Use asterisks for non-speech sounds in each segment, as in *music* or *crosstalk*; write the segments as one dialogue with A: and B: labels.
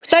A: 二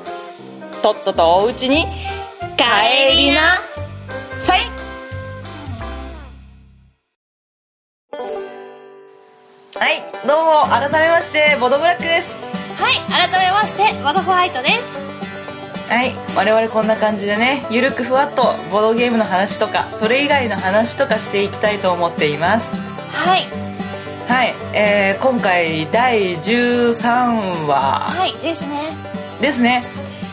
A: とっととおうちに帰りなさいはいどうも改めましてボドブラックです
B: はい改めましてボドホワイトです
A: はい我々こんな感じでねゆるくふわっとボードゲームの話とかそれ以外の話とかしていきたいと思っています
B: はい
A: はい、えー今回第13話
B: はいですね
A: ですね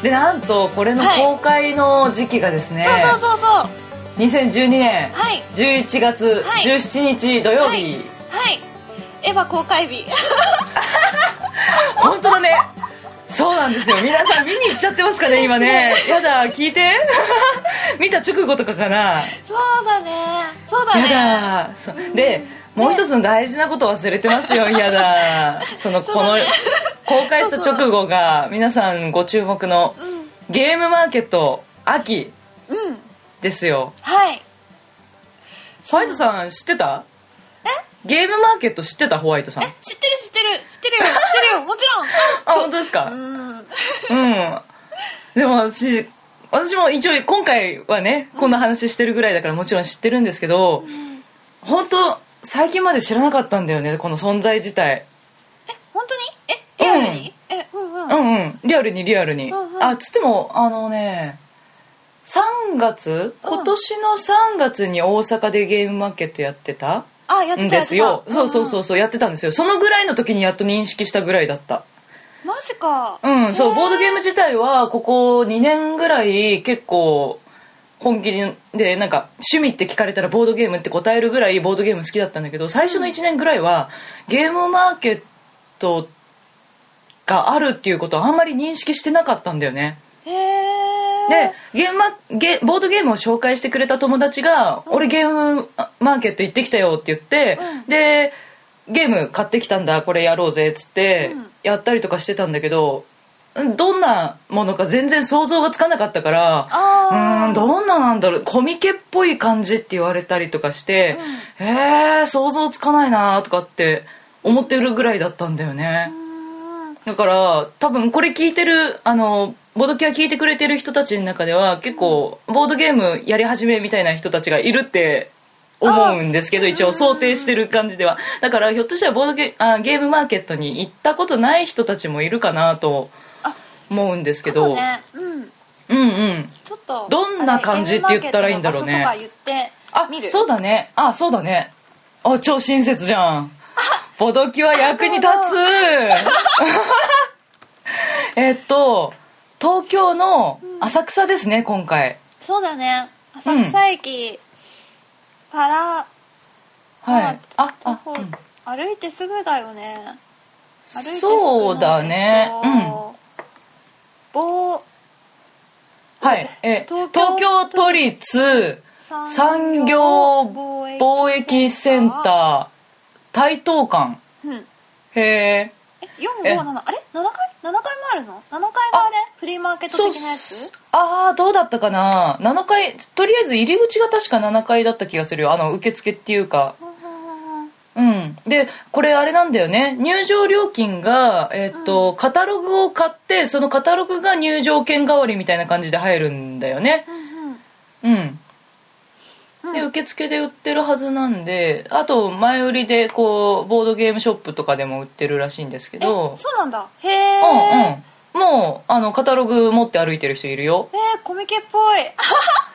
A: でなんとこれの
B: はい
A: 公開の時期がですね、
B: そうそうそうそうは
A: 2012年
B: い
A: 11月
B: はい
A: 17日土曜日、
B: はいはいエヴァ公開日 *laughs*
A: 本当だねそうなん
B: *laughs*
A: ですよ皆さん見に行っちゃってますかね今ねやだ聞いて *laughs* 見た直後とかかな
B: そうだねそうだね
A: やだそうでもう一つの大事なこと忘れてますよ、やだその
B: そう
A: この
B: だね
A: 公開した直後が皆さんご注目のゲームマーケット秋
B: うん
A: ですよ
B: はい
A: ホワイトさん知ってたゲームマーケット知ってたホワイトさん
B: え知ってる知っ
A: *laughs*
B: てる知ってるよ知ってるよもち
A: あ本当ですか
B: ろんうん
A: うんでも私私も一応今回はねこんな話してるぐらいだからもちろん知ってるんですけど、本当最近まで知らなかったんだよねこの存在自体
B: え本当にえリアルに、えうんうん、
A: うんうんリアルにリアルに、
B: うんうん
A: あつってもあのね3月今年の3月に大阪でゲームマーケットやってた
B: あやって
A: ん
B: た
A: で
B: やって
A: す
B: た
A: よそうそうそううそうやってたんですよそのぐらいの時にやっと認識したぐらいだった
B: んマジか
A: うんそうボードゲーム
B: へ
A: 自体はここ2年ぐらい結構本気でなんか趣味って聞かれたらボードゲームって答えるぐらいボードゲーム好きだったんだけど最初の1年ぐらいはゲームマーケットがあるっていうことをあんまり認識してなかったんだよね。
B: え
A: でゲームマゲボードゲームを紹介してくれた友達が「俺ゲームマーケット行ってきたよ」って言って、
B: う
A: でゲーム買ってきたんだこれやろうぜっつって
B: うん
A: やったりとかしてたんだけどどんなものか全然想像がつかなかったからう
B: あ
A: ーんどんななんだろうコミケっぽい感じって言われたりとかして、えー、想像つかないなとかって思ってるぐらいだったんだよね。
B: うん
A: だから多分これ聞いてるあのボドキャ聞いてくれてる人たちの中では結構ボードゲームやり始めみたいな人たちがいるって思うんですけど一応想定してる感じではだからひょっとしたらボードゲあゲームマーケットに行ったことない人たちもいるかなと
B: あ
A: 思うんですけ
B: そう
A: ど、
B: ねうん
A: うんうん
B: ちょっと
A: どんな感じって言ったらいいんだろうね
B: あれゲームマーケットの場所とか言って
A: あ
B: 見る
A: そうだねあそうだねあ超親切じゃんボドキは役に立 *laughs* つえっと東京の浅草ですね今回
B: そうだね浅草駅から、
A: はい
B: ま
A: あ
B: あ
A: あ
B: 徒歩
A: うん
B: 歩いてすぐだよね歩いてすぐの
A: そうだね
B: えっと某
A: はいえ
B: 東
A: 東
B: 京
A: 京都立産業貿易セン
B: ー、
A: ター台東館
B: うん
A: へえ
B: え457あれ7階7階もあるの7階があれフリーマーケット的なやつ
A: そうああどうだったかな7階とりあえず入り口が確か7階だった気がするよあの受付っていうかうん、でこれあれなんだよね入場料金が、えっとカタログを買ってそのカタログが入場券代わりみたいな感じで入るんだよね
B: うんうん
A: うんで
B: うん
A: 受付で売ってるはずなんであと前売りでこうボードゲームショップとかでも売ってるらしいんですけ
B: え
A: ど
B: そうなんだ
A: う
B: へ
A: ん
B: え、
A: うんもうあのカタログ持って歩いてる人いるよ
B: えー、コミケっぽい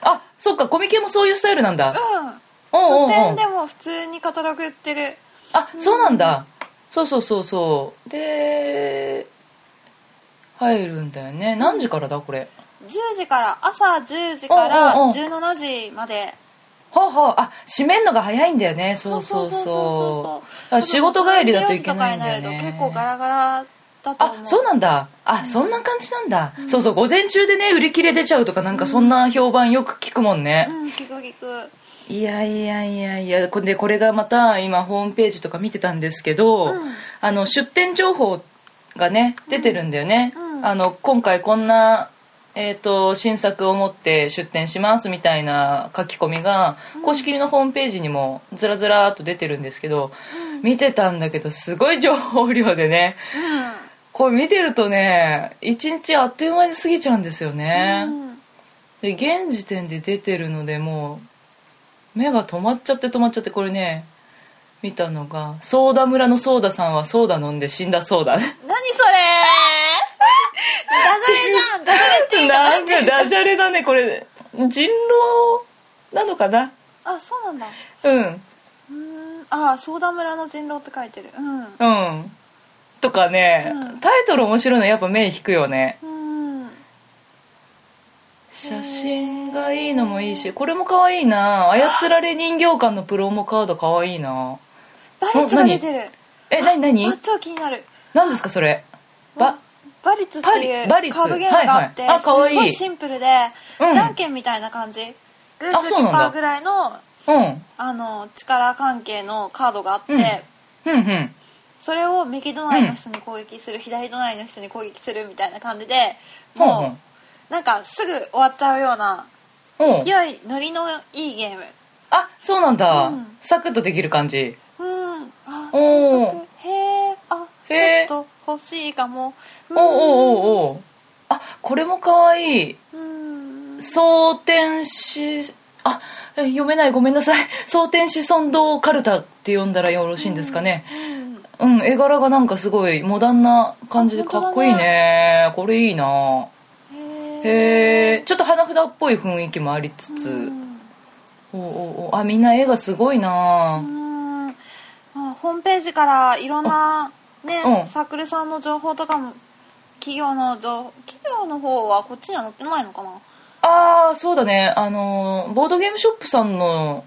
A: あそっかコミケもそういうスタイルなんだ
B: うん
A: おうおうお
B: 書
A: う
B: 店でも普通にカタログ売ってる
A: あそうなんだ、そうそうそうそうで入るんだよね何時からだこれ
B: 10時から朝10時から
A: おうおうおう
B: 17時まで
A: はあ、はあ、あ閉めんのが早いんだよねそうそうそうだから仕事帰りだといけないんだよ
B: 3時4時とかになると
A: ね
B: 結構ガラガラ
C: ったと思う
A: あそうなんだあ、そんな感じなんだ、そうそう午前中でね売り切れ出ちゃうとかなんかそんな評判よく聞くもんね、
C: うん聞く聞く
A: いやいやいやいやこれでこれがまた今ホームページとか見てたんですけど、
C: うん
A: あの出店情報がね出てるんだよね、
C: うんうん
A: あの今回こんな、えー、と新作を持って出店しますみたいな書き込みが公式のホームページにもずらずらっと出てるんですけど、見てたんだけどすごい情報量でねこれ見てるとね一日あっという間に過ぎちゃうんですよね。
C: うん、うん
A: で現時点で出てるのでもう目が止まっちゃって止まっちゃってこれね見たのがソーダ村のソーダさんはソーダ飲んで死んだそうだ
C: 何それダジャレじゃんダジャレっていうか
A: なんかダジャレだねこれ人狼なのかな
C: あそうなんだ
A: うん
C: うーんあソーダ村の人狼って書いてるうん
A: うんとかね、
C: うん
A: タイトル面白いのやっぱ目引くよね
C: うん
A: 写真がいいのもいいしこれも可愛いな操られ人形館のプロモカード可愛いな
C: バリッツが出てる
A: えなになに
C: あ超気になる
A: 何ですかそれば
C: バリッツっていう
A: パリバ
C: カード
A: リッツ
C: ゲームがあって、
A: はいはいあ可愛い
C: すごいシンプルで、
A: うん
C: じゃんけんみたいな感じルー
A: あ
C: ツキ
A: そうな
C: ー
A: んだ
C: パーぐらいの
A: うん
C: あの力関係のカードがあって、
A: うんうんうん
C: それを右隣の人に攻撃する、左隣の人に攻撃するみたいな感じで
A: ほう
C: もう、なんかすぐ終わっちゃうような
A: ほううん
C: 勢いノリのいいゲーム
A: あそうなんだ、
C: うん
A: サクッとできる感じ
C: うんあ
A: お
C: 新
A: ー
C: 作へえあ
A: へー
C: ちょっと欲しいかも
A: おう
C: う
A: んおうおうおうあこれもかわいい
C: うん
A: 蒼天しあえ読めないごめんなさい蒼天子孫堂カルタって呼んだらよろしいんですかね
C: うん
A: うん、絵柄がなんかすごいモダンな感じで
C: あ
A: か
C: 本当だね
A: っこいいねこれいいなへえ
C: え
A: ちょっと花札っぽい雰囲気もありつつ、
C: うん
A: おうおうおうあみんな絵がすごいな、
C: うんあホームページからいろんなね、
A: うん
C: サークルさんの情報とかも企業の情企業の方はこっちには載ってないのかな
A: ああそうだねあのーボードゲームショップさんの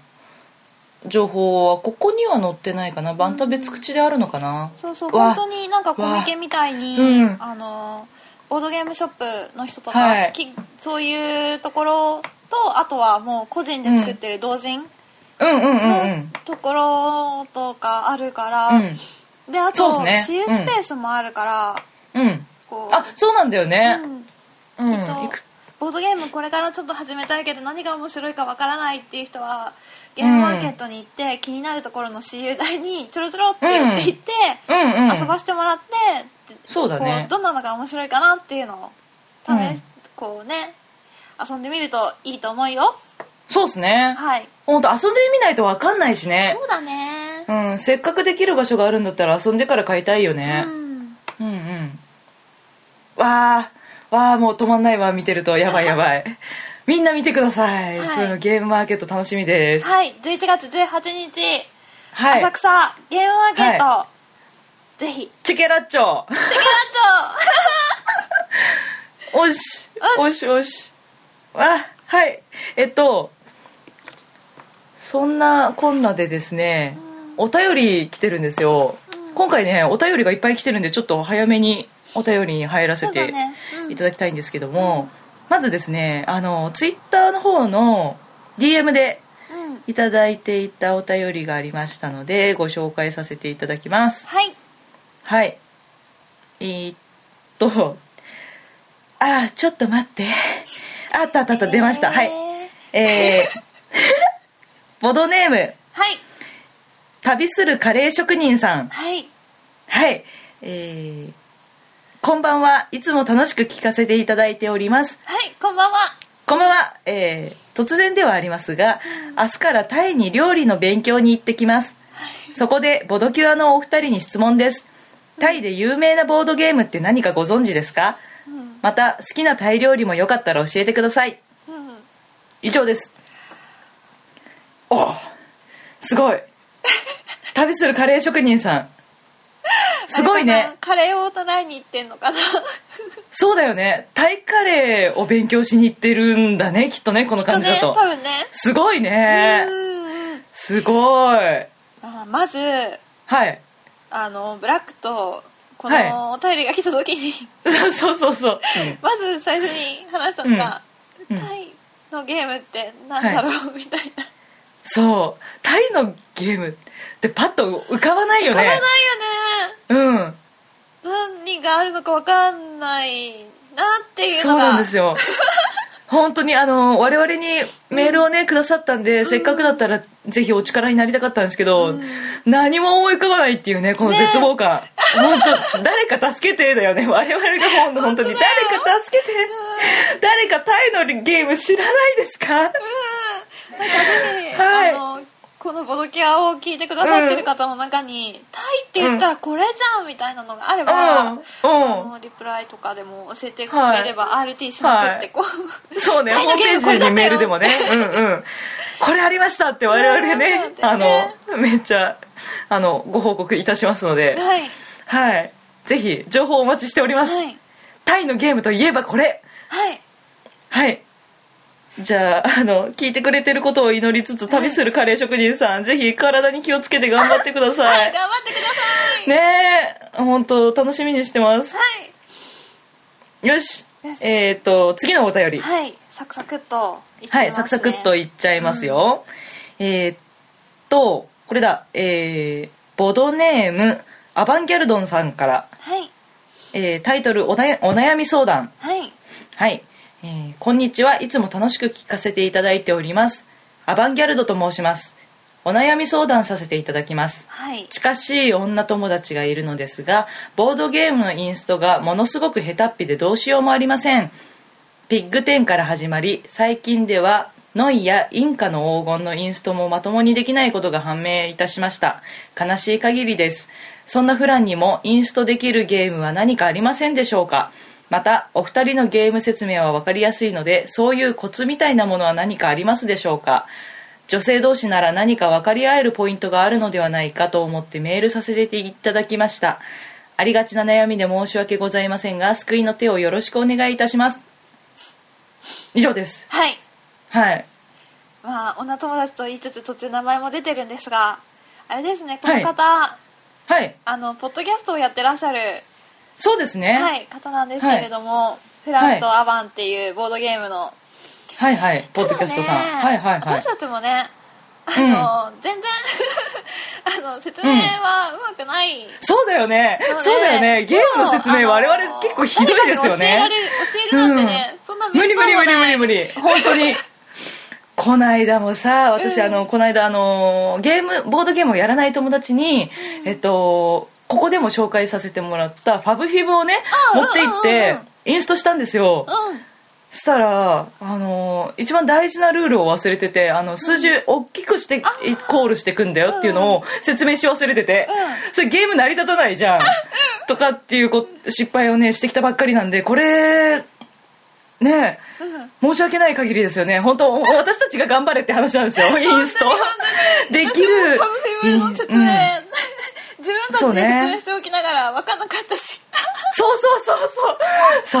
A: 情報はここには載ってないかなバンタ別口であるのかな
C: そうそう
A: わ
C: 本当になんかコミケみたいに、
A: うん
C: あのボードゲームショップの人とか、
A: はい
C: きそういうところとあとはもう個人で作ってる同人
A: うんうんうんう
C: の
A: ん
C: ところとかあるから、
A: うん
C: であ
A: そう
C: と、
A: っす
C: 私
A: ね
C: 有
A: うん
C: スペースもあるから、
A: うん
C: こう
A: あそうなんだよね
C: うん
A: うん、
C: きっと
A: いく
C: ボードゲームこれからちょっと始めたいけど何が面白いかわからないっていう人はゲームマーケットに行って、気になるところの私有台にちょろちょろって寄って行って、
A: うんうん
C: 遊ばせてもらって
A: そうだね
C: こうどんなのが面白いかなっていうのを試し、こうね遊んでみるといいと思うよ
A: そうっすね
C: はい
A: 本当遊んでみないと分かんないしね
C: うだね
A: うんせっかくできる場所があるんだったら遊んでから買いたいよね、
C: うん
A: うんうんわあわあもう止まんないわ見てるとやばいやば
C: *laughs*
A: いみんな見てください、
C: はい
A: そういうのゲームマーケット楽しみです
C: はい11月18日、
A: はい、
C: 浅草ゲームマーケット、ぜひチ
A: チケラッチョ
C: ェケ
A: *laughs*
C: ラット
A: おしお
C: お
A: しおしあはいえっとそんなこんなでですねお便り来てるんですよ、今回ねお便りがいっぱい来てるんでちょっと早めにお便りに入らせ
C: そうだ
A: て
C: ね、うん
A: いただきたいんですけども、まずですねあのツイッターの方の DM で
C: うん、
A: いただいていたお便りがありましたのでご紹介させていただきます
C: はい
A: はいえーっとあーちょっと待ってあったあったあった出ました、はい
C: えー
A: えー、ボドネーム
C: はい
A: 旅するカレー職人さん
C: はい
A: はい、えー、こんばんはいつも楽しく聞かせていただいております
C: はいこんばんは
A: こんばんは、えー突然ではありますが明日からタイに料理の勉強に行ってきますそこでボドキュアのお二人に質問ですタイで有名なボードゲームって何かご存知ですか
C: うん
A: また好きなタイ料理もよかったら教えてください
C: うん
A: 以上ですおすごい旅するカレー職人さん *laughs* すごい
C: あれか
A: ね
C: なカレーを捉えに行ってんのかな
A: そうだよねタイカレーを勉強しに行ってるんだねきっとねこの感じだ
C: *laughs* きっ
A: と
C: ね多分ね
A: すごいね
C: うんうん
A: すごい
C: あまず
A: はい *laughs*
C: あのブラックとこの
A: は
C: お便りが来た時に、 *laughs*
A: そうそうそうそう、
C: まず最初に話したのが、
A: うんうん
C: タイのゲームってなんだろう、みたいな
A: そうタイのゲームってパッと浮かばないよ
C: 浮
A: ね
C: かばないよね
A: うん
C: 何があるのか分かんないなっていう
A: そ
C: の
A: う
C: が
A: なんですよ *laughs* 本当にあの我々にメールをねくださったんで、せっかくだったらぜひお力になりたかったんですけど、
C: うん
A: 何も思い浮かばないっていうねこの絶望感、本当誰か助けてだよね我々が本当本当に誰か助けて誰かタイのゲーム知らないですか
C: ぜひ
A: はい
C: あのこのボドキャを聞いてくださってる方の中に、タイって言ったらこれじゃんみたいなのがあれば、あ
A: うんう
C: のリプライとかでも教えてくれれば、RT しまくってこう、
A: ん
C: *laughs*
A: そうね
C: タイ
A: ホー
C: の
A: ム
C: ゲー
A: ペ
C: ム
A: ージにメールでもね
C: こ
A: うんうんこれありましたって我々
C: ね
A: ね
C: そうだ
A: あ
C: よね
A: のめっちゃあのご報告いたしますので
C: はい
A: はい。ぜひ、情報をお待ちしております。
C: はい
A: タイのゲームといえばこれ
C: はい
A: はい。じゃあ、あの、聞いてくれてることを祈りつつ、旅するカレー職人さん、ぜひ体に気をつけて頑張ってくだ
C: は
A: さ
C: い頑
A: い。
C: 張ってください、
A: ねえ、本当楽しみにしてます。よし
C: よし。
A: えっ、と、次のお便り。
C: はいはいサクサクっといってます、ね、
A: はい、サクサクっといっちゃいますよ。えーっと、これだ、えー、ボドネーム、アバンギャルドンさんから、
C: はい
A: えータイトルおなやお悩み相談。
C: はい
A: はい、えーこんにちはいつも楽しく聞かせていただいておりますアバンギャルドと申しますお悩み相談させていただきます
C: はい
A: 近しい女友達がいるのですがボードゲームのインストがものすごく下手っぴでどうしようもありませんピッグ10から始まり最近ではノイやインカの黄金のインストもまともにできないことが判明いたしました悲しい限りですそんなフランにもインストできるゲームは何かありませんでしょうかまたお二人のゲーム説明は分かりやすいのでそういうコツみたいなものは何かありますでしょうか女性同士なら何か分かり合えるポイントがあるのではないかと思ってメールさせていただきましたありがちな悩みで申し訳ございませんが救いの手をよろしくお願いいたします以上です
C: はい
A: はい
C: まあ女友達と言いつつ途中名前も出てるんですがあれですねこ
A: は
C: の
A: い
C: 方、
A: はい
C: あのポッドキャストをやってらっしゃる、
A: そうですね、
C: はい、方なんですけれども、フランとアバンっていうボードゲームの、
A: はいはいポッドキャストさん、
C: ただね
A: はいはいはい
C: 私たちもねあの、全然 *laughs* あの説明はうまくない、
A: そうだよね
C: ので
A: そうだよねゲームの説
C: そうあ
A: 明
C: の
A: 我々結構ひどいですよね
C: 誰かに教えられる教えるなんてね、
A: うん
C: そんな
A: 無理無理無理無理無
C: 理
A: 理本当にこないだもさ私、あのこないだあのゲームボードゲームをやらない友達に、えっとここでも紹介させてもらったファブフィブをね
C: うん
A: 持って行っ
C: う
A: て
C: んうん
A: インストしたんですよ
C: うん
A: したらあの一番大事なルールを忘れててあの数字大きくして、コールしてくんだよっていうのを説明し忘れてて、それゲーム成り立たないじゃん、とかっていうこ失敗をねしてきたばっかりなんでこれね申し訳ない限りですよね本当お私たちが頑張れって話なんですよインストできる
C: パブフィブの説明、
A: うん
C: *laughs* 自分たち
A: そう
C: で
A: ね
C: 説明しておきながら分かんなかったし
A: そうそうそうそう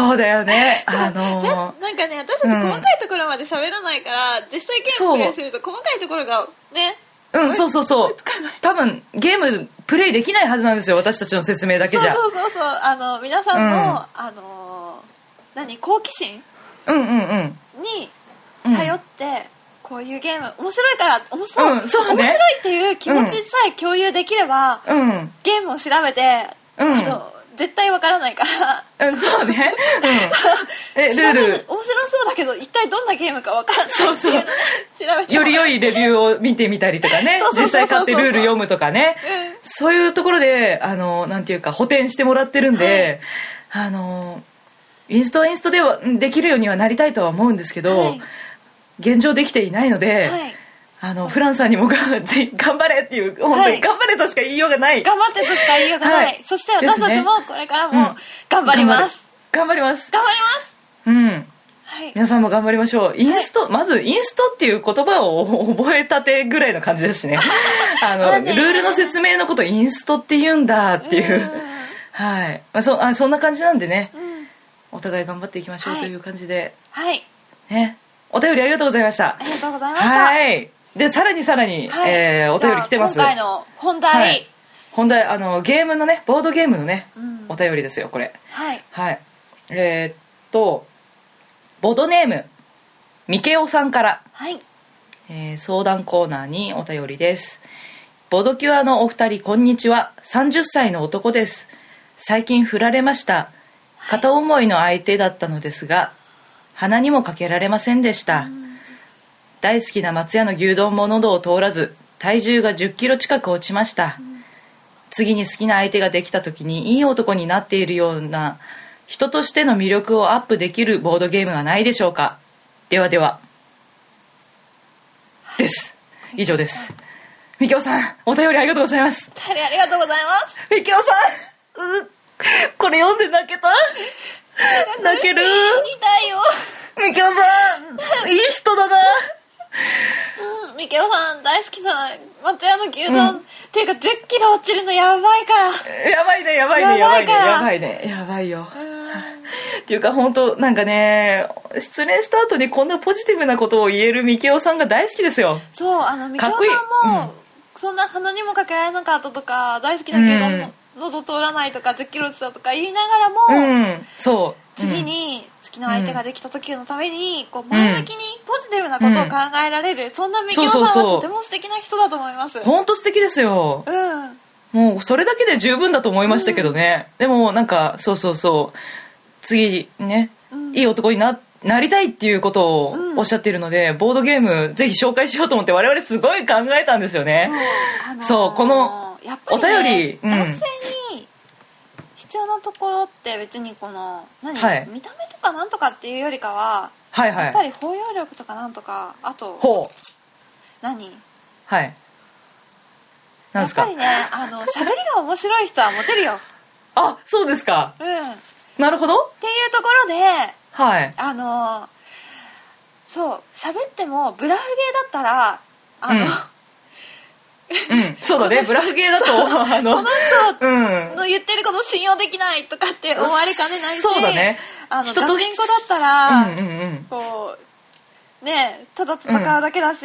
A: そうだよねあの
C: なんかね私たち
A: うん
C: 細かいところまで喋らないから、実際ゲームプレイすると細かいところがね
A: うん、そうそうそう。多分、ゲーム、プレイできないはずなんですよ、私たちの説明だけ
C: そう
A: じゃ。
C: そうそうそうあの皆さ
A: う
C: んの、
A: ん
C: あの何好奇心
A: うんうんうん。
C: に
A: うん
C: 頼って、こういうゲーム面白いから面白い、
A: うんそうね
C: 面白いっていう気持ちさえ共有できれば、
A: うん。
C: ゲームを調べて、
A: うん
C: あの絶対わからないから
A: うん、そうね。うん。え、ル
C: 調べ
A: ー
C: る面
A: ル
C: 白、そうだけど一体どんなゲームかわからないっていう
A: そ
C: の
A: う
C: で
A: そう
C: 調べて
A: より良いレビューを見てみたりとかね
C: そう、そう
A: 実
C: そうそ
A: 際
C: う
A: 買ってルール読むとかね
C: うん、
A: そういうところで、あの、なんていうか、補填してもらってるんで、あの、インストはインストでは、うんできるようにはなりたいとは思うんですけ
C: は
A: ど
C: い、
A: 現状できていないので、
C: はい
A: あの、フランさんにもが *laughs* ぜひ頑張れっていう、本当
C: は
A: に
C: い
A: 頑張れとしか言いようがない。
C: *laughs* 頑張ってとしか言いようがない、
A: はい
C: そして私た
A: です
C: ち
A: ね
C: もこれから
A: うん
C: も頑張ります、
A: 頑張る。頑張ります。
C: 頑張ります
A: うん。
C: はい
A: 皆さんも頑張りましょう。インスト、まずインストっていう言葉を覚えたてぐらいの感じですし
C: *laughs*
A: ね。あ
C: まあ
A: の、
C: ね
A: ルールの説明のことインストって言うんだっていう。はい。まあ、そあそんな感じなんでね、
C: うんうん
A: お互い頑張っていきましょう
C: はい
A: という感じで、
C: はい
A: ね。お便りありがとうございました
C: あ。りがとうございました、
A: はい。で、さらにさらに、
C: はい
A: えーお便り来てます。
C: じゃあ今回の本題、
A: はい、本題あのゲームのねボードゲームのね、
C: うん
A: お便りですよこれ
C: はい
A: はいえーっとボドネームみけおさんから
C: はい
A: えー相談コーナーにお便りですボドキュアのお二人こんにちは30歳の男です最近振られました片思いの相手だったのですが鼻にもかけられませんでした大好きな松屋の牛丼も喉を通らず体重が1 0キロ近く落ちました次に好きな相手ができた時にいい男になっているような人としての魅力をアップできるボードゲームはないでしょうかではではです以上ですみきおさんお便りありがとうございます
C: お便りありがとうございます
A: みきおさんうこれ読んで泣けた泣ける
C: 痛いよ
A: みきおさんいい人だな
C: うんみけおさん大好きな松屋の牛丼、っていうか1 0キロ落ちるのやばいから
A: やばいねやばいねやば
C: やば
A: い
C: い
A: ね
C: から
A: やばいねやばいよっていうか本当なんかね失恋した後にこんなポジティブなことを言えるみきおさんが大好きですよ
C: そうあのみけおさ
A: か
C: ん
A: っこいい
C: も、そんな鼻にもかけられなかったとか大好きな牛丼も、喉通らないとか1 0キロ落ちたとか言いな
A: う
C: がらも、
A: んそう
C: 次
A: うん
C: に好きな相手ができた時のために、こう前向きにポジティブなことを考えられる、そんなみきおさんは
A: そうそうそう
C: とても素敵な人だと思います
A: 本当素敵ですよ
C: うん
A: もうそれだけで十分だと思いましたけどね、でもなんかそうそうそう次ね、
C: うん
A: いい男にななりたいっていうことを
C: うん
A: おっしゃってるので、ボードゲームぜひ紹介しようと思って我々すごい考えたんですよね
C: あのー
A: そうこの
C: やっぱりね
A: お便りうん
C: 男性に必要なところって別にこの何、
A: はい
C: 見た目とかなんとかっていうよりかは、
A: はい
C: やっぱ
A: はい
C: り包容力とかなんとかあと
A: ほう
C: 何
A: はいなんですか
C: やっぱりねあの喋りが面白い人はモテるよ、
A: あそうですか
C: うん、っていう
A: なるほど
C: ところで
A: はい
C: あのーそう喋ってもブラフゲーだったらあの、
A: うんうん
C: *laughs*
A: そうだねブラフゲーだと *laughs* あの
C: この
A: うん
C: 人の言ってること信用できないとかって思われかねないし
A: そうだね
C: あの
A: 人
C: 人
A: と
C: と
A: し
C: 人だったら、
A: うんうんうん
C: こうねただ戦うだけだし、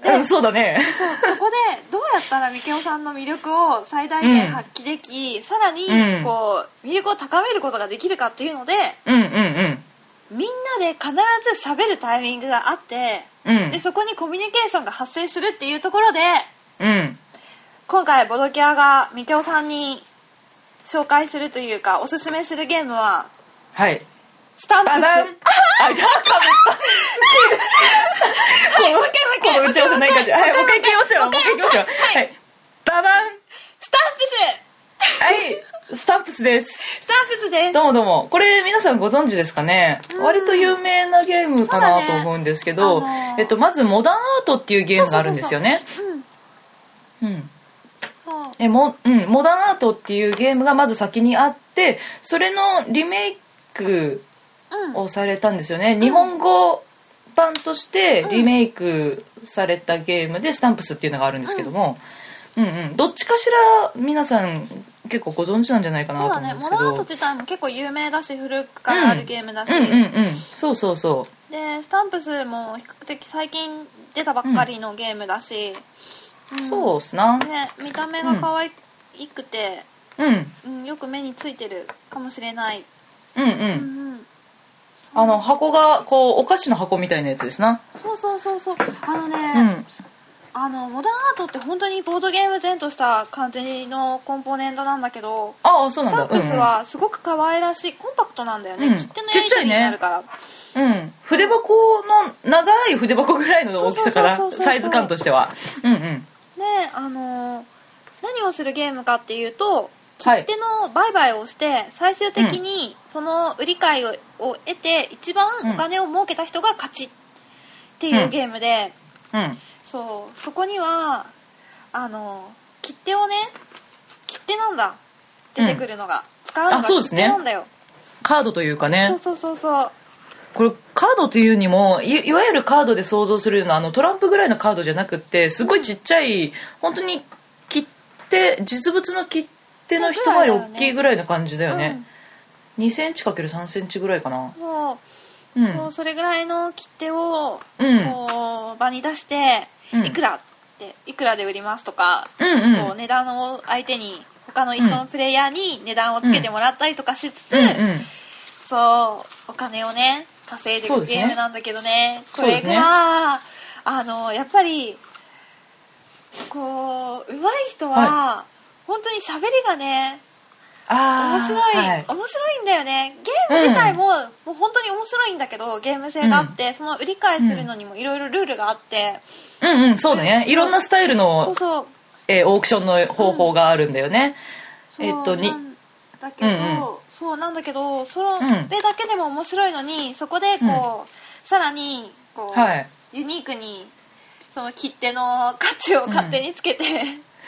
C: で
A: うんそうだね
C: そうそこでどうやったらみけおさんの魅力を最大限発揮
A: *laughs*
C: でき、さらに
A: うん
C: こう魅力を高めることができるかっていうので
A: うんうんうん
C: みんなで必ず喋るタイミングがあって、
A: うん
C: でそこにコミュニケーションが発生するっていうところで
A: うん
C: 今回ボドキャがみけおさんに紹介するというかおすすめするゲームは
A: はい
C: スタンプ
A: バ
C: ス
A: バンあ、かぶった
C: はいもう一回も
A: こ
C: う
A: の打ち
C: 一
A: 合わせない感じはいもう一回いきますよもう一回いきますよはいババン
C: スタンプス
A: はいスタンプスです
C: スタンプスです
A: どうもどうもこれ皆さんご存知ですかね割と有名なゲームかなと思うんですけど、
C: そうだねあのー
A: えっと、まずモダンアートっていうゲームがあるんですよね
C: うん
A: うん
C: そう
A: えも、うん、モダンアートっていうゲームがまず先にあってそれのリメイク
C: うん
A: をされたんですよね、日本語版としてリメイクされたゲームでスタンプスっていうのがあるんですけども、うん、うんどっちかしら皆さん結構ご存知なんじゃないかな
C: そ
A: と
C: う
A: 思
C: だ
A: うんで
C: ね
A: すけ
C: モ
A: ど
C: ダンアート自体も結構有名だし古くからあるゲームだし、
A: うんうんうんそうそうそ
C: でスタンプスも比較的最近出たばっかりのゲームだし、
A: う、そうっすな
C: ね見た目が可愛くて、
A: うんうん
C: うんよく目についてるかもしれない、
A: うん、
C: うんうん
A: あの箱がこうお菓子の箱みたいなやつですな
C: そうそうそうそうあのね、
A: うん
C: あのモダンアートって本当にボードゲーム前とした感じのコンポーネントなんだけど
A: ああそう
C: ス
A: なん
C: タ
A: だ
C: ンプスはすごく可愛らしいコンパクトなんだよね、
A: うん
C: 切手のやり取りになるから、
A: うん、筆箱の長い筆箱ぐらいの大きさから
C: そうそうそうそうそう
A: サイズ感としてはうんうん
C: であのー何をするゲームかっていう
A: は
C: と切
A: い
C: 手の売買をして最終的にその売り買いをを得て一番
A: うん
C: お金を儲けた人が勝ちっていうゲームで、
A: うん
C: そうそこにはあのー切手をね切手なんだ出てくるのが、使うの
A: あ
C: が
A: そうです
C: 切
A: ね
C: 手なんだよ
A: カードというか
C: そう,、
A: ね
C: そうそうそう
A: これカードというにもいいわゆるカードで想像するようなあのトランプぐらいのカードじゃなくってすごいちっちゃい本当に切手実物の切手の一回り大きいぐらいの感じだよね、2センチ ×3 センチぐらいかな
C: うんも
A: うん
C: うもうそれぐらいの切手を
A: うん
C: こう場に出して
A: うん
C: いくらっていくらで売りますとか
A: うんうん
C: こう値段を相手に他の一緒のプレイヤーに値段をつけてもらったりとかしつつ、
A: うんうん
C: そうお金をね稼いでい
A: そう
C: く
A: です
C: ゲ
A: ね
C: ームなんだけどねこ
A: そうで
C: れ
A: すね
C: が、あのやっぱりこう上手い人は、
A: は
C: 本当に喋りがね
A: あ
C: 面
A: ー
C: 白い、
A: はい
C: 面白いんだよねゲーム自体も,、もう本当に面白いんだけどゲーム性があって、その売り買いするのにもいろいろルールがあって、
A: うんうんそうだねいろんなスタイル
C: そ
A: の
C: う、そう
A: えーオークションの方法があるんだよね、
C: そう
A: えっとに
C: なんだけど、
A: うんうん
C: そうなんだけどそれ
A: うん
C: だけでも面白いのにそこでこう、さらにこう、
A: はい
C: ユニークにその切手の価値を勝手につけて、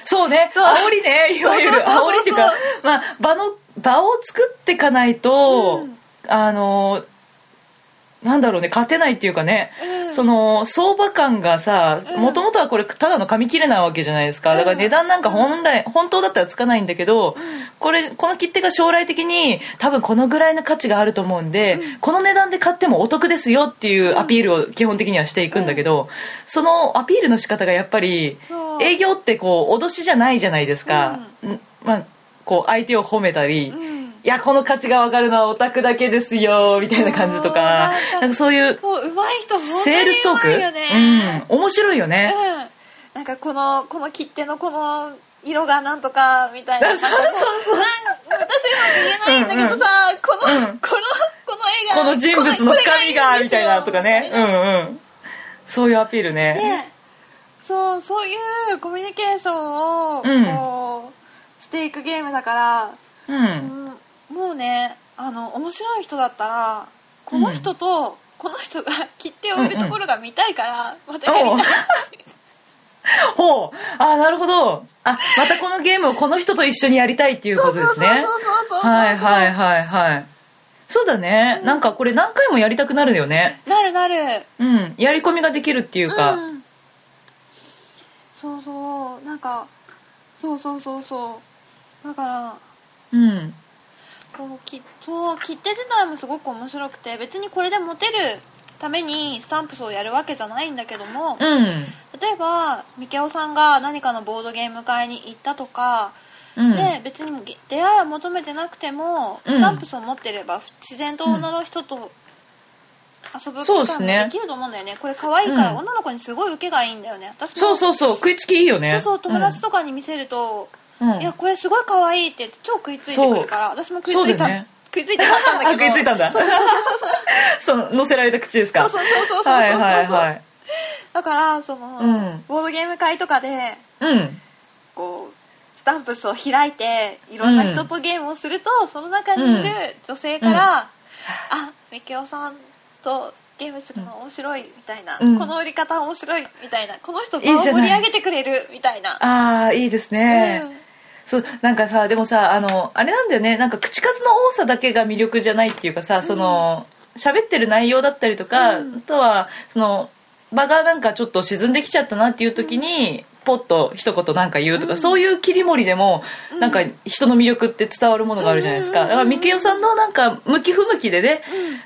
A: そうね
C: そう
A: 煽りねいわゆる
C: *laughs* そうそうそうそう
A: 煽りっていうか、まあ、場の場を作ってかないと、
C: うん
A: あのなんだろうね勝てないっていうかね、
C: うん
A: その相場感がさ
C: うん
A: もともとはこれただの紙切れなわけじゃないですかだから値段なんか本来本当だったらつかないんだけどこれこの切手が将来的に多分このぐらいの価値があると思うんで、この値段で買ってもお得ですよっていうアピールを基本的にはしていくんだけど、そのアピールの仕方がやっぱり
C: そう
A: 営業ってこう脅しじゃないじゃないですか、んまあ、こう相手を褒めたり、
C: う
A: い
C: ん
A: やこの価値が分かるのはオタクだけですよみたいな感じとか
C: うん
A: なんかそういう
C: そう上手い人本当に
A: セールストー
C: 上手いよね
A: ク、うん、面白いよね、
C: うん、なんかこのこの切手のこの色がなんとかみ
A: *laughs*
C: たいななんかこうなん私うまく言えないんだけどさ、こ
A: う
C: の、
A: ん
C: このこの絵が
A: この人物の深みが
C: これいいんで
A: みた
C: すよ
A: いなとかねうんうんそういうアピールね
C: ねそうそういうコミュニケーションを
A: うん
C: こうしていくゲームだから、
A: う
C: うんんもうねあの面白い人だったらこの人と、この人が *laughs* 切手を売るところが見たいから、またやり
A: おう *laughs*
C: たい
A: ほうあなるほどあまたこのゲームをこの人と一緒にやりたいっていうことですね
C: そうそうそうそうそう
A: はいはいはいはいそうだね、なんかこれ何回もやりたくなるよね
C: なるなる
A: うんやり込みができるっていうか、
C: うん、そうそうなんかそうそうそうそうだから
A: うん
C: こうきそう切手自体もすごく面白くて別にこれでモテるためにスタンプスをやるわけじゃないんだけども
A: うん
C: 例えばみけおさんが何かのボードゲーム会に行ったとか、
A: うん
C: で別にげ出会いを求めてなくても
A: うん
C: スタンプスを持ってれば自然と女の人と遊ぶ機
A: そうです
C: 会
A: ね
C: もできると思うんだよねこれ可愛いから
A: うん
C: 女の子にすごい受けがいいんだよね私も
A: そうそうそう食いつきいいよね
C: そうそう友達とかに見せると「
A: うんうん
C: いやこれすごい可愛いって言って超食いついてくるから私も食いつい
A: そう
C: た、
A: だよね
C: 食いついて買ったんだ
A: あ
C: けど
A: 食いついたんだ
C: そうそ
A: *laughs*
C: う
A: その乗せられた口ですか
C: そうそうそうそうそうそうそう
A: はいはいはい
C: だからその、
A: うん
C: ボードゲーム会とかで
A: うん
C: こうスタンプスを開いていろんな人とゲームをすると、その中にいる女性から「あみけおさんとゲームするの面白い」みたいな、
A: うん
C: この売り方面白い」みたいな「この人場
A: い
C: を
A: いじゃ
C: 盛
A: ない
C: り上げてくれる」みたいな。
A: ああいいですね、
C: うん
A: そうなんかさでもさあのあれなんだよねなんか口数の多さだけが魅力じゃないっていうかさその喋ってる内容だったりとか、あとはその場がなんかちょっと沈んできちゃったなっていう時に、ポッと一言なんか言うとか、そういう切り盛りでもなんか人の魅力って伝わるものがあるじゃないですか、
C: うん
A: だからみけよさんのなんか向き不向きでね、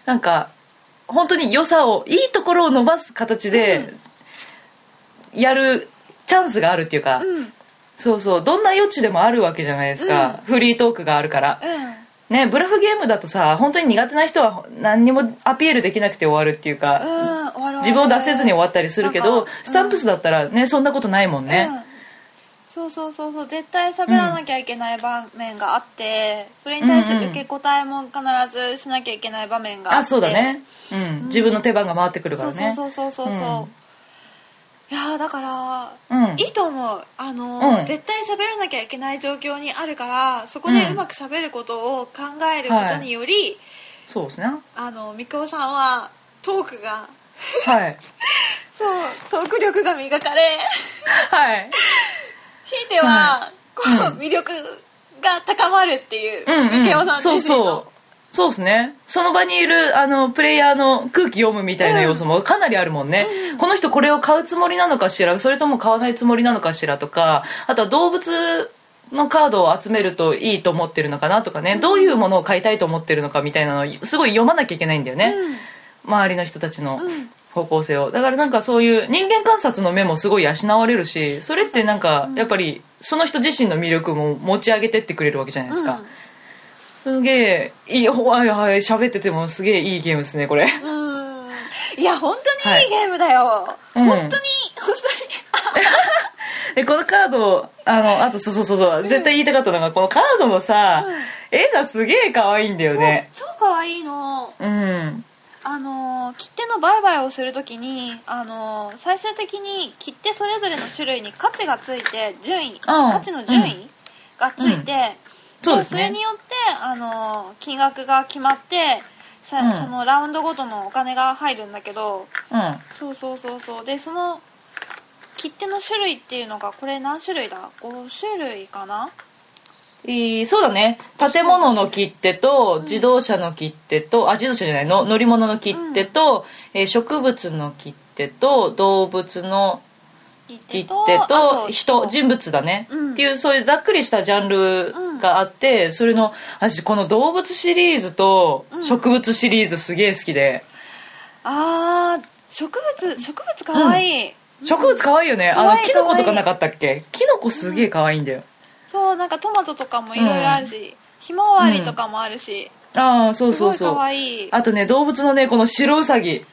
A: なんか本当に良さをいいところを伸ばす形でやるチャンスがあるっていうか、
C: うん
A: そうそうどんな余地でもあるわけじゃないですか、フリートークがあるから
C: うん
A: ねブラフゲームだとさ本当に苦手な人は何にもアピールできなくて終わるっていう
C: うん
A: か、
C: 終わる終わる
A: 自分を出せずに終わったりするけ
C: なん
A: ど、
C: かうん
A: スタンプスだったらねそんなことないもん
C: うん
A: ね、
C: そうそうそうそう絶対喋らなきゃいけない場面があって、それに対して受け答えも必ずしなきゃいけない場面があって
A: あそうだね、うん自分の手番が回ってくるか
C: そ
A: ら
C: うそう
A: ね
C: そうそうそうそう、
A: うん
C: いやーだから、
A: うん
C: いいと思うあのー、
A: うん
C: 絶対喋らなきゃいけない状況にあるからそこで
A: うん
C: うまく喋ることを考えることにより、
A: そうですね
C: あのみくおさんはトークが *laughs*
A: はい
C: そうトーク力が
A: *laughs*
C: 磨かれ
A: はい
C: ひいては、こう魅力が高まるっていう、
A: うん、うん、
C: ミケオさん自
A: そう
C: 身の
A: そうそうですねその場にいるあのプレイヤーの空気読むみたいな要素もかなりあるもんね、この人これを買うつもりなのかしらそれとも買わないつもりなのかしらとかあとは動物のカードを集めるといいと思ってるのかなとかね、どういうものを買いたいと思ってるのかみたいなのをすごい読まなきゃいけないんだよね、周りの人たちの、
C: うん
A: 方向性をだからなんかそういう人間観察の目もすごい養われるしそれってなんかやっぱりその人自身の魅力も持ち上げてってくれるわけじゃないですか、すげえいいほわいはい喋っててもすげえいいゲームですね *laughs* これ
C: うんいや本当にいいゲームだよ、
A: うん
C: 本当に本当に
A: でこのカードあのあとそうそうそうそう絶対言いたかったのがこのカードのさ、絵がすげえ可愛いんだよね
C: 超可愛いの
A: うん
C: あのー切手の売買をするときにあのー最終的に切手それぞれの種類に価値がついて順位価値の順位がついて、
A: そうです
C: れ
A: ね
C: によってあのー金額が決まってさ、
A: うん
C: そのラウンドごとのお金が入るんだけど
A: うん
C: そうそうそうそうでその切手の種類っていうのがこれ何種類だ5種類かな
A: えーそうだね建物の切手と自動車の切手と、あ自動車じゃないの乗り物の切手と、えー植物の切手と動物の
C: 切手
A: 切手
C: とあ
A: と人人物だね、
C: うん
A: っていうそういうざっくりしたジャンルがあって、それの私この動物シリーズと
C: うん
A: 植物シリーズすげえ好きで、
C: あー植物植物かわいい、
A: 植物かわいいよね、
C: 可
A: あ
C: 愛
A: の
C: い
A: キノコと
C: 可愛
A: か
C: い
A: なかったっけキノコすげえかわいいんだよ、
C: そうなんかトマトとかもいろいろあるし、ひまわりとかもあるし、
A: ああそう
C: す
A: そ
C: ご
A: う
C: い
A: そう
C: かわいい
A: あとね動物のねこの白ウサ
C: *laughs*
A: ギ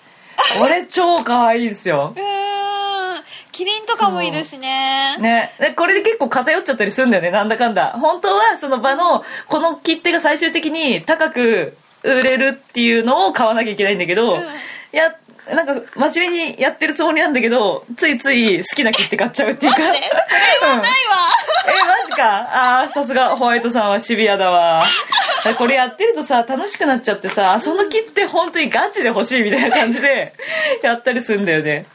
A: これ超かわいいんですよ
C: うーんキリンとかもいるしね
A: ね、でこれで結構偏っちゃったりするんだよねなんだかんだ本当はその場のこの切手が最終的に高く売れるっていうのを買わなきゃいけないんだけど、
C: うん
A: いやなんか真面目にやってるつもりなんだけどついつい好きな切手買っちゃうっていうかうんえ
C: ないわ
A: マジかあーさすがホワイトさんはシビアだわこれやってるとさ楽しくなっちゃってさその切手本当にガチで欲しいみたいな感じでやったりするんだよね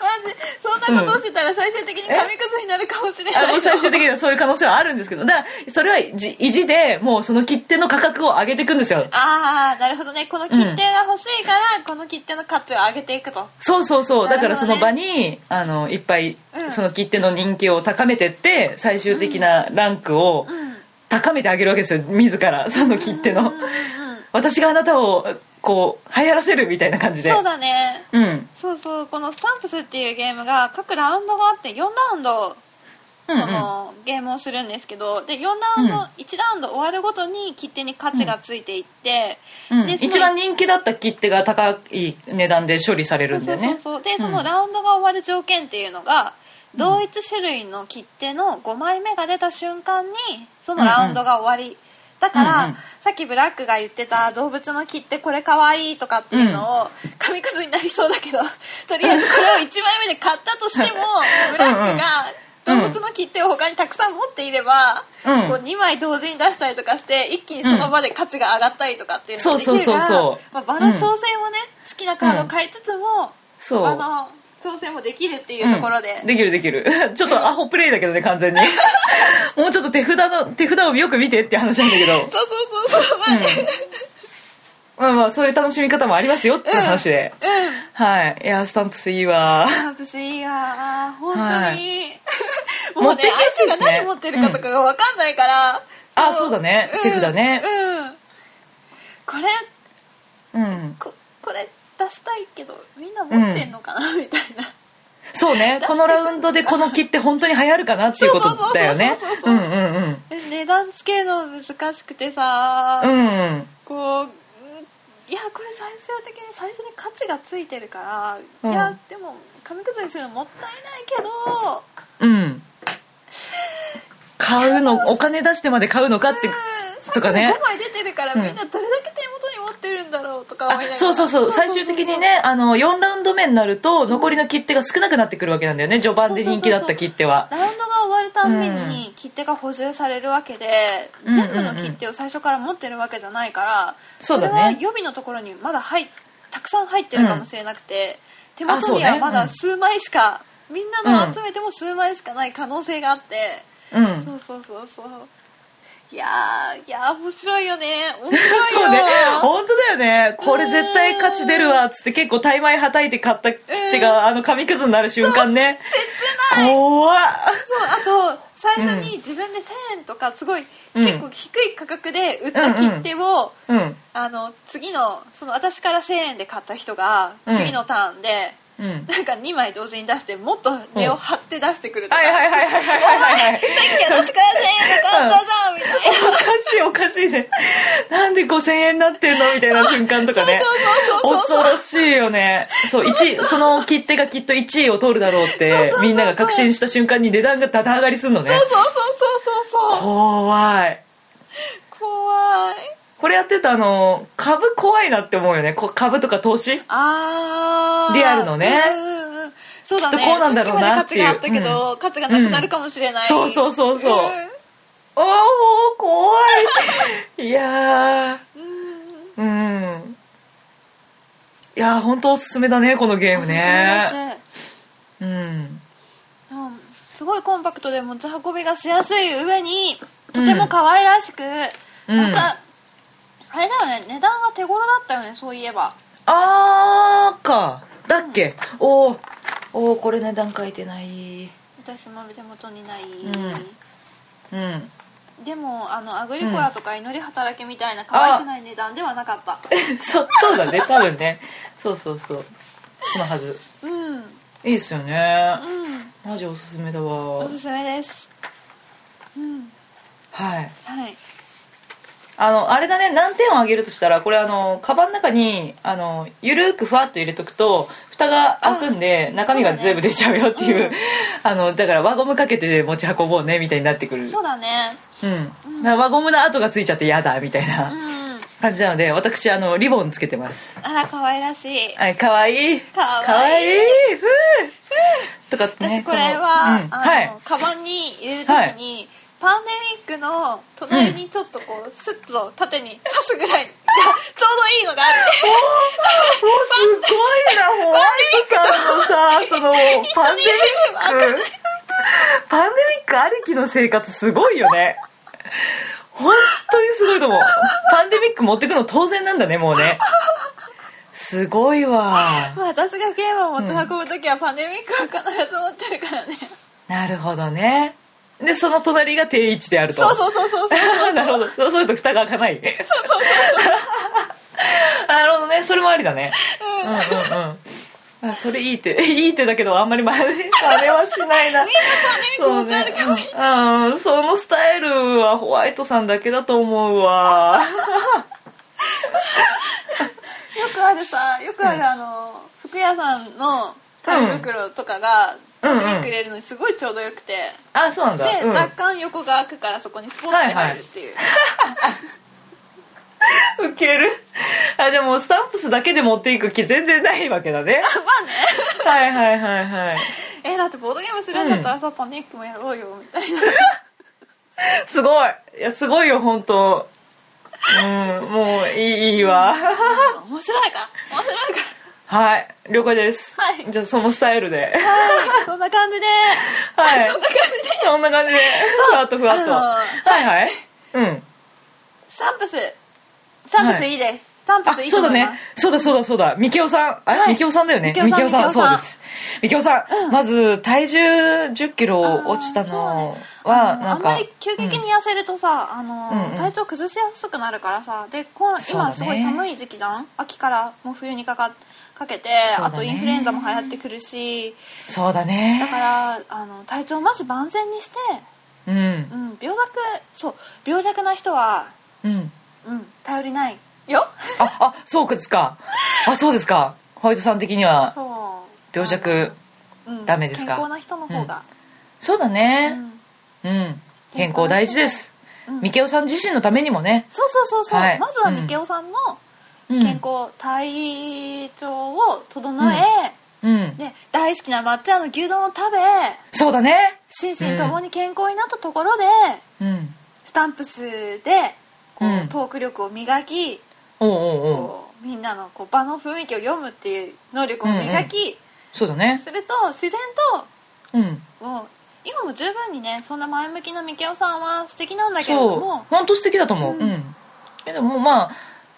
C: マジそんなことしてたら最終的に紙くずになるかもしれない
A: あの最終的にはそういう可能性はあるんですけどだからそれはじ意地でもうその切手の価格を上げていくんですよ
C: ああなるほどねこの切手が欲しいから、この切手の価値を上げていくと
A: そうそうそう、
C: な
A: だ
C: るほ
A: か
C: ど
A: ら
C: ね
A: その場にあのいっぱい
C: うん
A: その切手の人気を高めてって最終的なランクを
C: うんうんうん
A: 高めてあげるわけですよ自らその切手の私があなたをこう流行らせるみたいな感じで
C: そうだね
A: うんうん
C: そうそうこのスタンプスっていうゲームが各ラウンドがあって4ラウンド
A: う
C: そ
A: ん
C: のゲームをするんですけどで4ラウンド、
A: うん
C: 1ラウンド終わるごとに切手に価値がついていって、
A: うん
C: でその
A: 一番人気だった切手が高い値段で処理され
C: そ
A: る
C: うん
A: だ
C: そう
A: よ
C: そう
A: ね
C: そうで
A: ん
C: そのラウンドが終わる条件っていうのが、同一種類の切手の5枚目が出た瞬間にそのラウンドが終わり、だから、
A: うんうん
C: さっきブラックが言ってた動物の切手これかわいいとかっていうのを、紙くずになりそうだけど *laughs* とりあえずこれを1枚目で買ったとしてもブラックが動物の切手を他にたくさん持っていれば、
A: うん
C: こう2枚同時に出したりとかして一気にその場で価値が上がったりとかっていうのができる
A: そうそうそう
C: か
A: そ
C: ら
A: う
C: まあ場の調整もね、好きなカードを買いつつも、
A: そう
C: あの挑戦もできるっていうところで、
A: うんできるできる *laughs* ちょっとアホプレイだけどね完全に *laughs* もうちょっと手札の手札をよく見てって話なんだけど
C: そうそうそうそうまあね、
A: まあまあそういう楽しみ方もありますよっていう話で、 *laughs* はいいやースタンプスいいわ
C: カープスいいわ本当に、
A: は
C: も
A: 持
C: う
A: って
C: ね
A: きやすいしね
C: 相手が何持ってるかとかが分かんないから、
A: あそうだね手札ね
C: うん、うんこれ
A: うん
C: ここれ出したいけどみんな持ってんのかな、みたいな *laughs*
A: そうね
C: 出してくる
A: このラウンドでこの切って本当に流行るかなっていうことだよね
C: そうそうそう
A: う
C: そうんそううん
A: うん
C: え値段つけるの難しくてさ、
A: うんうん
C: こううんいやこれ最終的に最初に価値がついてるから、
A: うん
C: いやでも紙くずにするのもったいないけど
A: うん買うのお金出してまで買うのかって
C: うん
A: とかね
C: 5枚出てるから
A: うん
C: みんなどれだけ手元に持ってるんだろうとか思いながら
A: あそうそうそう最終的にねあの4ラウンド目になると残りの切手が少なくなってくるわけなんだよね序盤で人気だった切手は
C: ラウンドが終わるたんびに切手が補充されるわけで、
A: うん
C: 全部の切手を最初から持ってるわけじゃないから、
A: そうだね
C: れは予備のところにまだ入ったくさん入ってるかもしれなくて、手元に
A: あそう
C: は
A: ね
C: ま
A: う
C: だ
A: ん
C: 数枚しか、みんな
A: う
C: の
A: ん
C: 集めても数枚しかない可能性があって、
A: うん
C: そうそうそうそういやーいやー面白いよね面白い
A: そ
C: よ
A: うね本当だよねこれ絶対価値出るわっつって結構大枚はたいて買った切手があの紙くずになる瞬間ね怖っ
C: そうあと最初に自分で1000円とかすごい、
A: うん
C: 結構低い価格で売った切手を、
A: うん
C: あの次のその私から1000円で買った人が
A: うん
C: 次のターンで、
A: うん
C: なんか2枚同時に出してもっと値を張って出してくるとか、
A: はいはいはいはいはい *laughs* はいはい
C: さっき私から1000円で買ったぞみたいな。
A: おかしいおかしいねなんで5000円になってんのみたいな瞬間とかね恐ろしいよねそう一位その切手がきっと1位を取るだろうってみんなが確信した瞬間に値段がダダ上がりするのね
C: そうそうそうそうそうそう
A: 怖い
C: 怖い
A: これやってたあの株怖いなって思うよねこ株とか投資
C: あー
A: リアルのね
C: うんうんうんそうだね
A: きっとこうなんだろうなっていう
C: さっきまで価値があったけど、価値がなくなるかもしれない、
A: そうそうそうそうおー怖
C: *laughs*
A: いいや
C: うんう
A: ー
C: ん
A: うんいやー本当おすすめだねこのゲーム
C: おすす
A: ね
C: めです
A: うん
C: うんすごいコンパクトで持ち運びがしやすい上にとても可愛らしく、なんかあれだよね値段が手頃だったよねそういえば
A: あーかだっけ、おーおーこれ値段書いてない
C: 私も手元にない、
A: ううん
C: でもあのアグリコラとか祈り働きみたいな可愛くない値段ではなかった
A: *laughs* そそうだね多分ねそうそうそうそのはず
C: うんうん
A: いいっすよねマジおすすめだわ
C: おすすめですうん
A: はい
C: はい
A: あのあれだね難点を挙げるとしたらこれあのカバンの中にあのゆるーくふわっと入れとくと蓋が開くんで中身が全部出ちゃうよっていう *laughs* あのだから輪ゴムかけて持ち運ぼうねみたいになってくる
C: そうだね
A: うん、だから輪ゴムの跡がついちゃって嫌だみたいな、
C: うん
A: 感じなので私あのリボンつけてます
C: あら可愛らしい
A: はいかわいい
C: 可愛い
A: いいふうとかってね
C: 私これ
A: の
C: は、
A: うん
C: あの
A: はい
C: カバンに入れるときに、パンデミックの隣にちょっとこう、スッと縦に刺すぐらいが *laughs* ちょうどいいのがあっ
A: もうすごいなホワイトさんのさそのパンデミックパンデミックありきの生活すごいよね本当にすごいと思うパンデミック持ってくの当然なんだねもうねすごいわ
C: *laughs* て、まあ、私がゲームを持ち運ぶときはパンデミックは必ず持ってるからね、
A: なるほどねでその隣が定位置であると
C: *laughs* そうそうそうそうそうそう *laughs*
A: あ *laughs* なるほどそうすると蓋が開かない
C: そう
A: *laughs* あなるほどねそれもありだねうんうんうんあそれいい手 *laughs* いい手だけどあんまり真似真似はしないな
C: みんなパンデミック持ち歩
A: そうねうんうんそのスタイルはホワイトさんだけだと思うわ *laughs*
C: よくあるさよくある、あの服屋さんの紙袋とかが、
A: うん
C: パンデミック入れるのにすごいちょうどよくて、
A: あそうなんだ、
C: で、
A: うん
C: 若干横が開くからそこにスポッて入るっていう、
A: ウケるあでもスタンプスだけで持っていく気全然ないわけだ *laughs* ねまあねはいはいはいはい
C: えだってボードゲームするんだったらさ、パンデミックもやろうよみたいな
A: すごいいやすごいよ本当うんもういいいいわ
C: 面白いから面白いか
A: はい了解です、
C: はい
A: じゃあそのスタイルで
C: らはいそんな感じで
A: はい。そんな感じで。そんな感じで。ふわっとふわっと。
C: あの
A: はいはい。うん。
C: スタンプススタンプスいいです、スタンプ
A: あ、
C: スいいと
A: そう
C: 思
A: だ
C: い
A: ね
C: ます。
A: そうだそうだそうだ。みきおさん。あれ、
C: はい
A: みきおさんだよね。
C: みきおさんみきお
A: そう
C: さん
A: です。みきおさん。まず、体重10キロ落ちたのは、
C: あの
A: な
C: あ
A: ん
C: ん
A: か。
C: まり急激に痩せるとさ、あの
A: うんうん
C: 体調崩しやすくなるからさでこん
A: そうだね
C: 今すごい寒い時期じゃん秋からもう冬にかかかけて、
A: そうだ
C: あ
A: ね
C: とインフルエンザも流行ってくるし
A: そうだね。
C: だからあの体調をまず万全にして、
A: うん
C: う。ん、病弱そう病弱な人は、
A: うん。
C: うん、頼りない
A: *laughs*
C: よ
A: あ、あ、そうですか。あ、そうですか。ホワイトさん的には、
C: そう
A: 病弱。
C: うん
A: ダメですか
C: 健康な人の方が、
A: そうだ
C: うん
A: ね。うん。健康大事です。
C: うん
A: みきおさん自身のためにもね。
C: そうそうそうそう、
A: はい
C: まずは
A: うん
C: みけおさんの
A: うん
C: 健康、体調を整え、
A: うん。
C: で大好きな抹茶の牛丼を食べ
A: そうだね。
C: 心身ともに健康になったところで、
A: うん。
C: スタンプスでこう、
A: うん
C: トーク力を磨き
A: おうおうおう
C: こうみんなのこう場の雰囲気を読むっていう能力を磨き、
A: そうだね
C: すると自然
A: うん
C: ともう今も十分にねそんな前向きなみけおさんは素敵なんだけれど
A: そう
C: も
A: 本当素敵だと思う
C: う
A: うんん、けどもまあ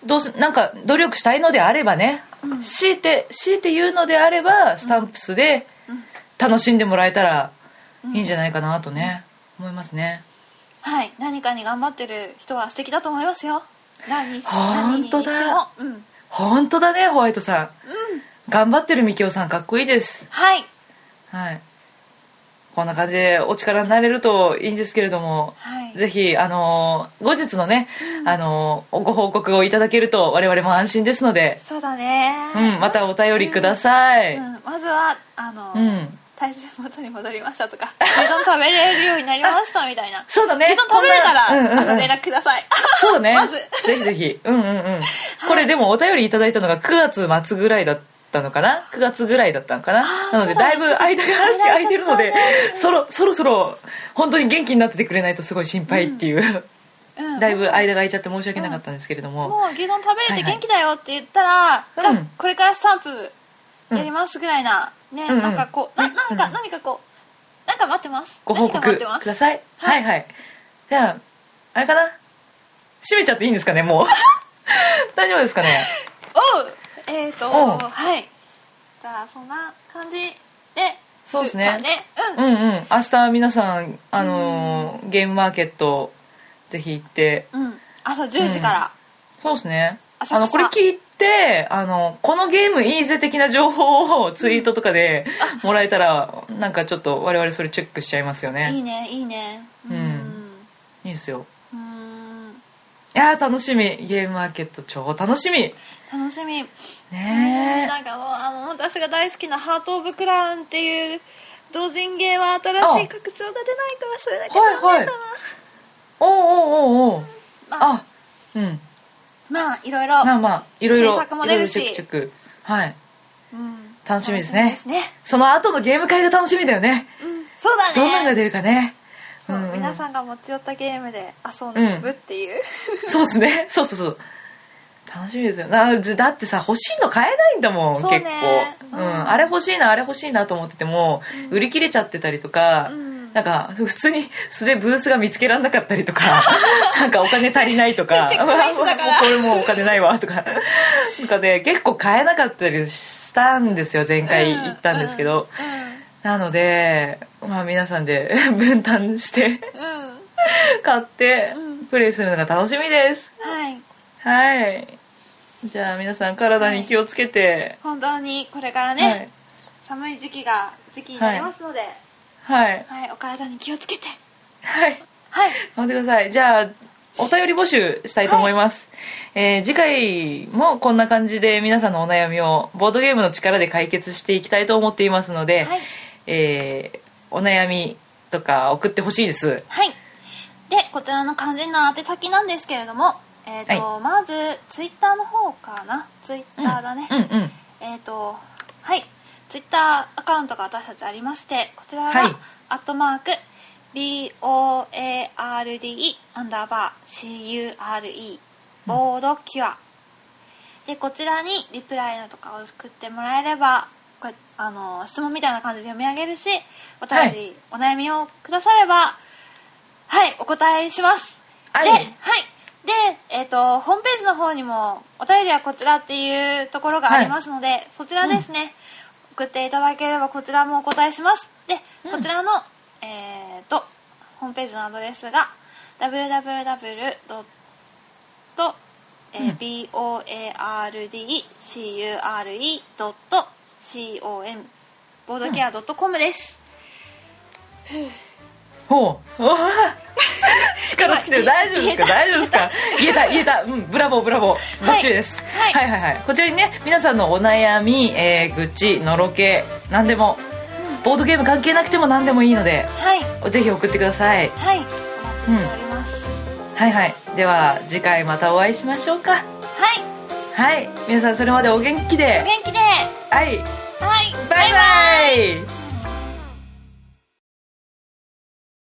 A: どうせなんか努力したいのであればね、
C: うん
A: 強いて強いて言うのであればスタンプスで
C: うん
A: 楽しんでもらえたらいいんじゃ
C: な
A: な
C: い
A: いかなとね、思いますね
C: はい何かに頑張ってる人は素敵だと思いますよ何に何に
A: 本当
C: しても
A: だ、
C: うん、
A: 本当だねホワイトさん、頑張ってるみきおさんかっこいいです
C: はい
A: はいこんな感じでお力になれるといいんですけれども、
C: はい
A: ぜひあのー後日のね、あのーご報告をいただけると我々も安心ですので、
C: そうだね
A: うん、またお便りください、
C: うんまずはあの、
A: うん
C: 体重元に戻りましたとか牛丼食べれるようになりましたみたいな
A: そう *laughs* だね
C: 牛丼食べれたら、
A: こんなうんうんうん
C: あの連絡ください
A: そうだね
C: *laughs* まず
A: ぜひぜひうんうんうん、これでもお便りいただいたのが9月末ぐらいだったのかな9月ぐらいだったのかな
C: あー
A: なので
C: そう
A: だ
C: だね
A: いぶ間が
C: ちょっと
A: 空いてるので
C: 間が空い
A: そろそろそろ本当に元気になっててくれないとすごい心配っていう、
C: うん
A: だいぶ間が空いちゃって申し訳なかったんですけれども、
C: もう牛丼食べれて元気だよって言ったら、じゃ
A: う
C: あ
A: ん
C: これからスタンプやりますぐらいな、ね、
A: うんうん
C: なんかこうななんか何かこうなんか待ってます
A: ご報
C: 何
A: 告
C: か待って
A: く
C: ま
A: だ
C: す
A: さい
C: は
A: はいいはいじゃああれかな閉めちゃっていいんですかねも
C: *laughs*
A: う大丈夫ですかね
C: おうえっ、ー、と
A: おう
C: はいじゃあそんな感じで
A: そうですね
C: かうん
A: うんうん明日皆さんあのーゲームマーケットぜひ行って
C: うん、朝10時から、
A: そうですね
C: 浅草
A: あのこれ聞いてあのこのゲームいいぜ的な情報をツイートとかで *laughs* もらえたら、なんかちょっと我々それチェックしちゃいますよね
C: いいねいいね
A: うんいいですよ
C: うんうん
A: いやー楽しみゲームマーケット超楽しみ
C: 楽しみ、楽しみ
A: ね
C: なんかもうあの私が大好きな「ハート・オブ・クラウン」っていう同人芸は新しい拡張が出ないからそれだけ残念だな、
A: ーおうおうおうおう
C: まあ
A: あうん
C: まあいろい
A: まあ
C: ろ、
A: まあいろいろ
C: 制作も出るし
A: いろいろチェックチェックはい
C: うん、
A: 楽しみです
C: 楽
A: ね
C: しみですね
A: その後のゲーム会が楽しみだよね
C: うん、そうだね
A: どんなのが出るかね
C: そう、
A: うんうん
C: 皆さんが持ち寄ったゲームで遊んぶっていう、
A: そうですね。そうそうそう。楽しみですよ。なずだってさ欲しいの買えないんだもん、
C: そ
A: 結
C: う
A: 構
C: ね、
A: う
C: うん
A: ん、あれ欲しいなあれ欲しいなと思ってても、売り切れちゃってたりとか、
C: うん
A: なんか普通に素でブースが見つけられなかったりと
C: *laughs*
A: かなんかお金足りないとか
C: それチェックミス
A: *laughs*
C: だから
A: うわもうこれもうお金ないわとかとかで結構買えなかったりしたんですよ前回行ったんですけど、なのでまあ皆さんで *laughs* 分担して
C: うん、 *laughs* うんうん
A: 買って
C: うん
A: プレイするのが楽しみです。
C: はい
A: はい。じゃあ皆さん体に気をつけて。
C: 本当にこれからね、
A: はい。
C: 寒い時期が時期になりますので、はい
A: はい。
C: お体に気をつけて
A: はい。
C: はい
A: 待ってください。じゃあ、お便り募集したいと思います。えー次回もこんな感じで皆さんのお悩みをボードゲームの力で解決していきたいと思っていますので、
C: はい
A: えーお悩みとか送ってほしいです。
C: はいでこちらの肝心な宛先なんですけれどもえっ、と、
A: は
C: まずツイッターの方かなツイッターだね、
A: うんうん。
C: えっ、とはいツイッターアカウントが私たちありましてこちらは、
A: はい
C: アットマーク BOARD アンダーバー CURE ボードキュア、でこちらにリプライのとかを作ってもらえればこれあの質問みたいな感じで読み上げるしお便り、お悩みをくださればはいお答えします
A: はい
C: で,、はいでえー、とホームページの方にもお便りはこちらっていうところがありますので、そちらですね、送っていただければこちらもお答えしますでこちらの、えー、とホームページのアドレスが www. と、
A: う
C: えー
A: ん
C: bordcure.com ボードケア .com です、
A: ほう。うわ *laughs* 力尽きてる。大丈夫ですか大丈夫ですか言えた、言えた。うん、ブラボー、ブラボー。バッチリです。
C: はい
A: はい、はい、はい。こちらにね、皆さんのお悩み、えー愚痴、のろけ、何でも、ボードゲーム関係なくても何でもいいので、
C: はい
A: ぜひ送ってください。
C: はいお待ちしております、
A: はい、はい。では、次回またお会いしましょうか。
C: はい
A: はい。皆さん、それまでお元気
C: お
A: で。
C: 元気で
A: はい。
C: はい
A: バイバイ